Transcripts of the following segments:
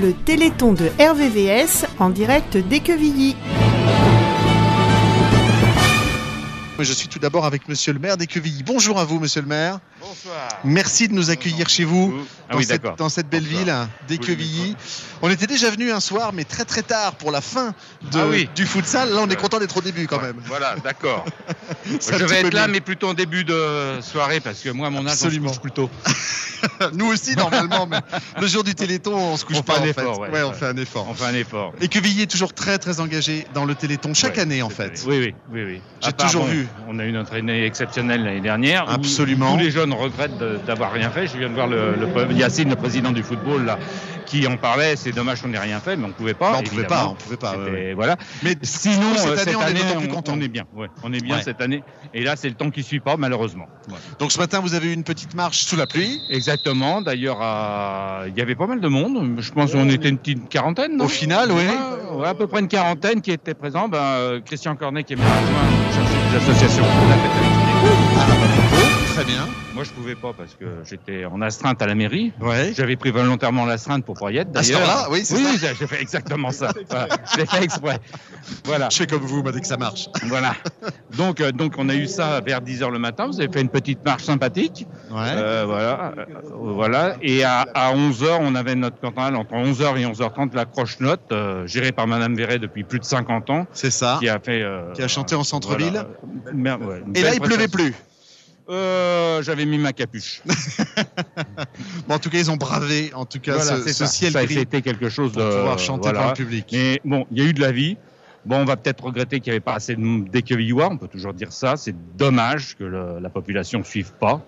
le Téléthon de RVVS en direct d'Équevilly. Je suis tout d'abord avec Monsieur le maire d'Équevilly. Bonjour à vous, Monsieur le maire. Bonsoir. Merci de nous accueillir chez vous Ah dans, oui, cette, d'accord. dans cette belle Bonsoir. ville hein, d'Équevilly. On était déjà venu un soir, mais très très tard pour la fin de- Ah oui. du futsal. Là, on est Ouais. content d'être au début quand Ouais, même. Voilà, d'accord. Ça je un petit vais peu être là, mieux. mais plutôt en début de soirée, parce que moi, à mon âge, Absolument. on se couche plus tôt. nous aussi normalement, mais le jour du Téléthon, on se couche On pas fait un en effort, fait. ouais. on fait un effort. On fait un effort. Équevilly est toujours très très engagé dans le Téléthon chaque Ouais, année en cette fait. Oui, oui, oui. oui. J'ai À part, toujours bon, vu. On a eu notre année exceptionnelle l'année dernière. où Absolument. Tous les jeunes regrettent de- d'avoir rien fait. Je viens de voir le, le- Yacine, le président du football, là, qui en parlait. C'est dommage qu'on n'ait rien fait, mais on ne pouvait pas. Non, on pouvait pas, évidemment. on pouvait pas. ouais, C'était- ouais. Voilà. Mais Sinon, cette euh, année, on est d'autant plus on- content. on est bien. ouais. On est bien Ouais. cette année. Et là, c'est le temps qui suit pas, malheureusement. Ouais. donc ce matin, vous avez eu une petite marche sous la pluie. Exactement. D'ailleurs, à- il y avait pas mal de monde. Je pense qu'on était une petite quarantaine. non Au final, oui. Ouais, ouais, à peu près une quarantaine qui était présent. Ben, euh, Christian Cornet qui est maire adjoint en charge des associations. On a fait avec les- Ah, bah, bravo. très bien. Moi, je pouvais pas parce que j'étais en astreinte à la mairie. Ouais. J'avais pris volontairement l'astreinte pour pas y être. À ce d'ailleurs. temps-là, oui, c'est oui, j'ai- j'ai fait exactement ça. Voilà. Je l'ai fait exprès. Voilà. Je fais comme vous, bah, dès que ça marche. voilà. Donc, euh, donc, on a eu ça vers 10h le matin. Vous avez fait une petite marche sympathique. Ouais. Euh, voilà, euh, voilà. Et à, 11h, on avait notre cantonale entre 11h et 11h30, la Croche-Note, euh, gérée par Madame Véret depuis plus de 50 ans, C'est ça. qui a fait. euh, Ah. Qui a chanté en centre-ville. voilà, euh, mer- ouais, une Et là, belle il pleuvait prestation. plus. Euh, J'avais mis ma capuche. Bon, en tout cas, ils ont bravé, en tout cas, Voilà, ce, c'est ce ça. ciel ça, gris c'était quelque chose pour de. pouvoir chanter voilà. devant le public. Mais bon, il y a eu de la vie. Bon, on va peut-être regretter qu'il n'y avait pas assez de- d'équevillois, on peut toujours dire ça. C'est dommage que le- la population ne suive pas.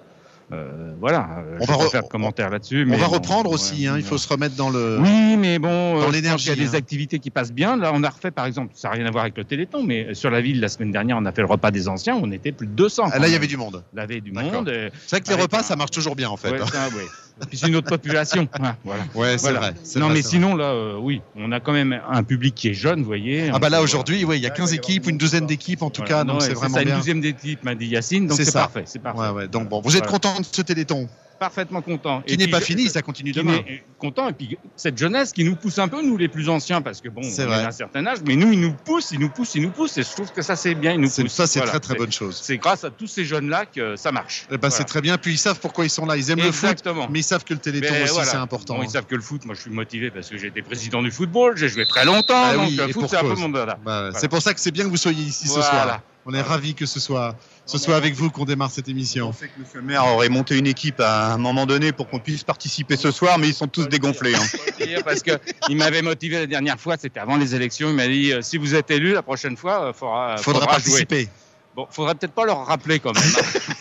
Euh, voilà, On euh, va je vais pas re- faire de commentaire là-dessus. On mais va bon, reprendre ouais, aussi, hein, il ouais. faut se remettre dans le. Oui, mais bon, euh, je pense l'énergie, qu'il y a des hein. activités qui passent bien. Là, on a refait, par exemple, ça n'a rien à voir avec le Téléthon, mais sur la ville, la semaine dernière, on a fait le repas des anciens, on était plus de 200. Ah, Là, il y avait du monde. La veille du D'accord. monde. euh, C'est vrai que les Avec repas, un- ça marche toujours bien, en fait. ouais, Ouais, ça, ouais. Et Puis c'est une autre population. Ah, voilà. c'est Voilà. vrai. c'est Non, vrai, mais c'est sinon, là, euh, oui, on a quand même un public qui est jeune, vous voyez. vrai. Ah, bah là, aujourd'hui, ouais, il y a 15 équipes, une douzaine d'équipes, en tout cas, donc c'est vraiment ça, une bien. douzième d'équipe, m'a dit Yacine, donc C'est c'est ça. parfait. C'est parfait. Ouais, ouais. Donc bon, vous êtes Voilà. content de ce téléthon Parfaitement content. qui Et n'est puis, pas je- fini, ça continue qui demain. est content. Et puis cette jeunesse qui nous pousse un peu, nous les plus anciens, parce que bon, on C'est est vrai. à un certain âge, mais nous, ils nous poussent, ils nous poussent, ils nous poussent. Et je trouve que ça, c'est bien, ils nous C'est- poussent. Ça, c'est Voilà. très très bonne chose. C'est grâce à tous ces jeunes-là que euh, ça marche. Eh ben, C'est Voilà. très bien. Puis ils savent pourquoi ils sont là. Ils aiment le foot, Exactement. mais ils savent que le téléthon Mais aussi, voilà. c'est important. hein. Bon, ils savent que le foot, moi je suis motivé parce que j'ai été président du football, j'ai joué très longtemps, Ah donc oui, le et foot pour c'est un peu cause. mon dada. Bah, C'est pour ça que c'est bien que vous soyez ici ce Voilà. soir. On est ravis que ce soit, ce soit avec vous qu'on démarre cette émission. On sait que Monsieur le maire aurait monté une équipe à un moment donné pour qu'on puisse participer ce soir, mais ils sont tous dégonflés. hein. Dire, Parce que il m'avait motivé la dernière fois, c'était avant les élections, il m'a dit euh, si vous êtes élu la prochaine fois, euh, faudra, Faudra, jouer. participer. Bon, faudrait peut-être pas leur rappeler quand même.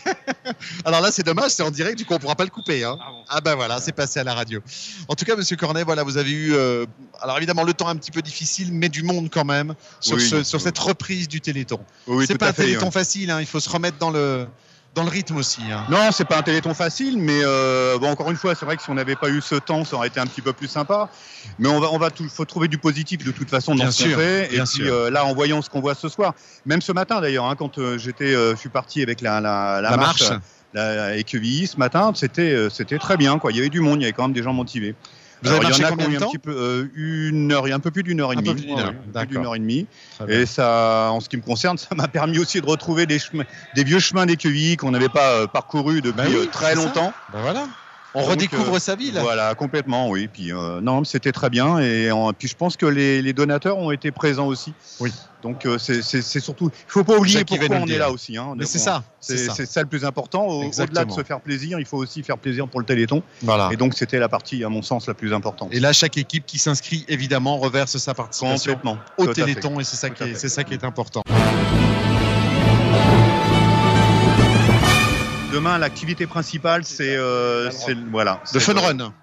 hein. Alors là, c'est dommage, c'est en direct, du coup, on pourra pas le couper. Hein. Ah bon. Ah ben voilà, c'est passé à la radio. En tout cas, Monsieur Cornet, voilà, vous avez eu, euh, alors évidemment, le temps un petit peu difficile, mais du monde quand même sur, Oui, ce- oui. sur cette reprise du Téléthon. Oui, c'est tout pas à un fait, Téléthon ouais. facile, hein, il faut se remettre dans le dans le rythme aussi. hein. Non, c'est pas un téléthon facile, mais euh, bon, encore une fois, c'est vrai que si on n'avait pas eu ce temps, ça aurait été un petit peu plus sympa. Mais on va, on va, tout- faut trouver du positif de toute façon dans Bien ce sûr, qu'on fait. bien et puis sûr. euh, là, en voyant ce qu'on voit ce soir, même ce matin d'ailleurs, hein, quand euh, j'étais, euh, je suis parti avec la, la, la La marche, marche, euh, la, la équevilly ce matin, c'était, euh, c'était très bien. Quoi, il y avait du monde, il y avait quand même des gens motivés. Vous avez Alors, marché il y en a qui combien ont eu de un temps petit peu, euh, Une heure, il y a un peu plus d'une heure Un et peu demie. plus d'une heure, Ouais, ouais, un peu d'accord. d'une heure et demie. Très bien. Et ça, en ce qui me concerne, ça m'a permis aussi de retrouver des, chemins, des vieux chemins d'écueillis qu'on n'avait pas euh, parcourus depuis Bah oui, euh, c'est ça. très longtemps. Ben voilà, on Donc, redécouvre euh, sa ville. Voilà, complètement, oui. Puis euh, non, c'était très bien. Et en- puis je pense que les, les donateurs ont été présents aussi. Oui. Donc euh, c'est- c'est c'est surtout, il faut pas oublier Jacques qui va pourquoi nous on le est dire. là aussi. Hein. Mais c'est On- ça, c'est C'est ça. c'est ça le plus important. Au- Au-delà de Exactement. Ah. se faire plaisir, il faut aussi faire plaisir pour le Téléthon. Voilà. Et donc c'était la partie, à mon sens, la plus importante. Et là, chaque équipe qui s'inscrit, évidemment, reverse sa participation complètement. au Tout à fait. Téléthon et c'est ça, Tout qui à est, fait. c'est ça qui est important. Demain, l'activité principale, c'est euh, c'est- voilà, Le c'est fun le- run.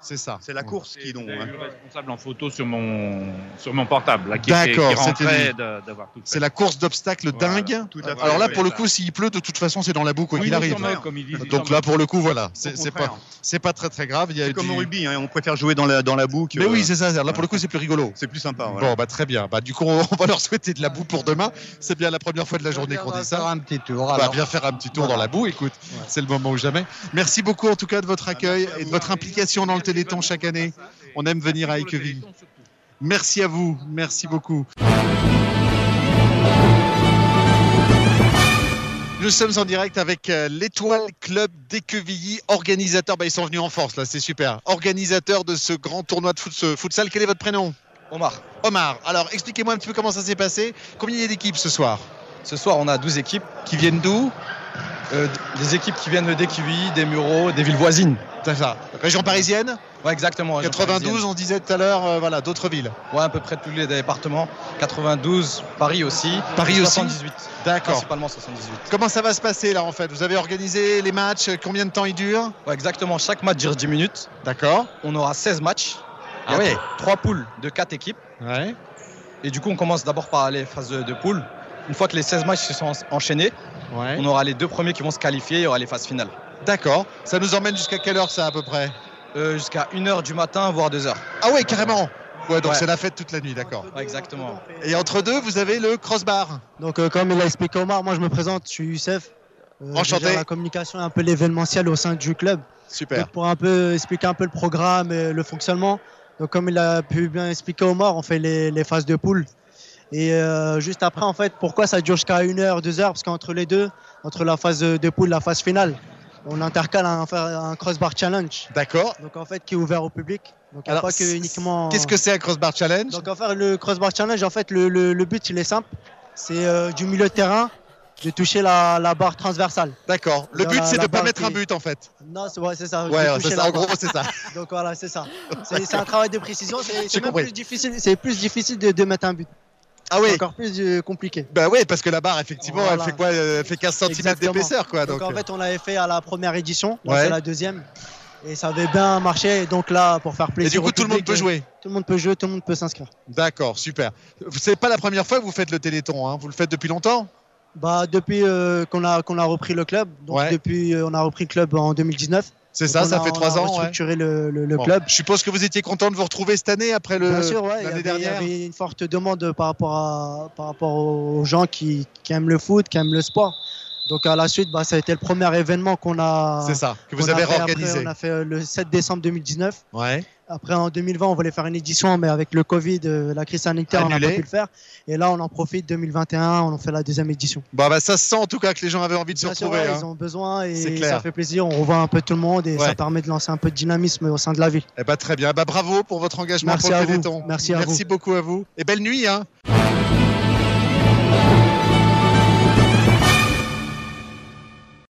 C'est ça. C'est la course qui donc. hein. hein. J'ai eu le responsable en photo sur mon sur mon portable, là, qui, était, qui D'accord, c'était rentrait lui. de- d'avoir tout fait. C'est la course d'obstacles Voilà. dingue. Tout à fait. Alors là, Ouais, pour le ça. coup, s'il pleut, de toute façon, c'est dans la boue quoi Oui, qu'il nous arrive. sommes, euh, comme ils disent, nous Donc sommes- là, pour le coup, voilà, c'est c'est pas, c'est pas très très grave. Il y a C'est eu comme du- au rugby, hein, on préfère jouer dans la, dans la boue que. Mais oui, c'est ça. Là, pour le coup, c'est plus rigolo. c'est plus sympa. voilà. Bon, bah très bien. Bah du coup, on va leur souhaiter de la boue pour demain. C'est bien la première fois de la journée qu'on dit ça. un petit tour. On va alors. bien faire un petit tour dans la boue. Écoute, Ouais. Ah, c'est le moment ou jamais. Merci beaucoup en tout cas de votre accueil et de votre implication dans le Téléthon chaque année. On aime venir à Équevilly. Merci à vous, merci beaucoup. Nous sommes en direct avec euh, l'Étoile Club d'Équevilly, organisateur. Bah, ils sont venus en force, là, c'est super. Organisateur de ce grand tournoi de foot- futsal. Quel est votre prénom Omar, Omar. Alors, expliquez-moi un petit peu comment ça s'est passé. Combien il y a d'équipes ce soir ce soir on a 12 équipes qui viennent d'où Euh, Des équipes qui viennent de DQI, des Mureaux, des villes voisines. C'est ça. Région parisienne Ouais, exactement. région 92, parisienne. on disait tout à l'heure, euh, voilà, d'autres villes. Ouais, à peu près tous les départements. 92, Paris aussi. Paris aussi 78. D'accord. Principalement 78. Comment ça va se passer là en fait Vous avez organisé les matchs, combien de temps ils durent Ouais, exactement. Chaque match dure 10 minutes. D'accord. On aura 16 matchs. Ah ouais. 3 poules de 4 équipes. Ouais. Et du coup, on commence d'abord par les phases de, de poules. Une fois que les 16 matchs se sont en- enchaînés, Ouais. on aura les deux premiers qui vont se qualifier. Il y aura les phases finales. D'accord. Ça nous emmène jusqu'à quelle heure ça à peu près Euh, Jusqu'à 1h du matin, voire 2h. Ah ouais, carrément. Ouais, donc Ouais. c'est la fête toute la nuit, d'accord. Ouais, exactement. Et entre deux, vous avez le crossbar. Donc, euh, comme l'a expliqué Omar, moi je me présente, je suis Youssef. Euh, Enchanté. je gère La communication est un peu l'événementiel au sein du club. Super. Donc, pour un peu expliquer un peu le programme et le fonctionnement. Donc, comme il a pu bien expliquer Omar, on fait les, les phases de poule. Et euh, juste après, en fait, pourquoi ça dure jusqu'à une heure, deux heures Parce qu'entre les deux, entre la phase de poule et la phase finale, on intercale un, un crossbar challenge. D'accord. Donc, en fait, qui est ouvert au public. Donc, il n'y a Alors, pas que c- uniquement. Qu'est-ce que c'est un crossbar challenge Donc en faire le crossbar challenge, en fait, le, le- le but il est simple, c'est euh, du milieu de terrain de toucher la, la barre transversale. D'accord. Le Dans but, la- c'est de la pas barre mettre un qui- but en fait. Non, c'est ouais, c'est ça. de Ouais, toucher c'est la ça. En barre. gros, c'est ça. Donc voilà, c'est ça. C'est c'est un travail de précision. C'est c'est même compris. plus difficile. C'est plus difficile de, de mettre un but. Ah C'est oui. encore plus euh, compliqué. Bah oui, parce que la barre, effectivement, Voilà. elle fait quoi Elle fait 15 cm Exactement. d'épaisseur, quoi. Ah, Donc, Donc, euh. en fait, on l'avait fait à la première édition, là Ouais. c'est la deuxième, et ça avait bien marché. Et donc là, pour faire Et plaisir. du au coup, tout le monde public, hein. peut euh, jouer. Tout le monde peut jouer, tout le monde peut s'inscrire. D'accord, super. C'est pas la première fois que vous faites le Téléthon, hein. vous le faites depuis longtemps Bah depuis euh, qu'on a qu'on a repris le club, donc Ouais. depuis euh, on a repris le club en 2019. C'est ça, Donc, on ça a- fait on trois a ans. ouais. restructuré le, le- le Bon, club. Je suppose que vous étiez content de vous retrouver cette année après le Bien sûr, ouais, il y l'année avait- dernière. Il y avait une forte demande par rapport, à, par rapport aux gens qui, qui aiment le foot, qui aiment le sport. Donc à la suite, bah, ça a été le premier événement qu'on a. C'est ça, que qu'on vous a avez fait. Après, réorganisé. on a fait euh, le 7 décembre 2019. Ouais. Après, en 2020, on voulait faire une édition, mais avec le Covid, euh, la crise sanitaire, on n'a Annulé. pas pu le faire. Et là, on en profite. 2021, on en fait la deuxième édition. Bah, bah, ça se sent en tout cas que les gens avaient envie de se Bien sûr, retrouver. ouais, hein. Ils ont besoin C'est et clair. ça fait plaisir. On revoit un peu tout le monde et Ouais. ça permet de lancer un peu de dynamisme au sein de la ville. Eh bah, très bien. Bah, bravo pour votre engagement Merci pour à le vous. Téléthon. Merci à vous. beaucoup à vous. Et belle nuit. Hein.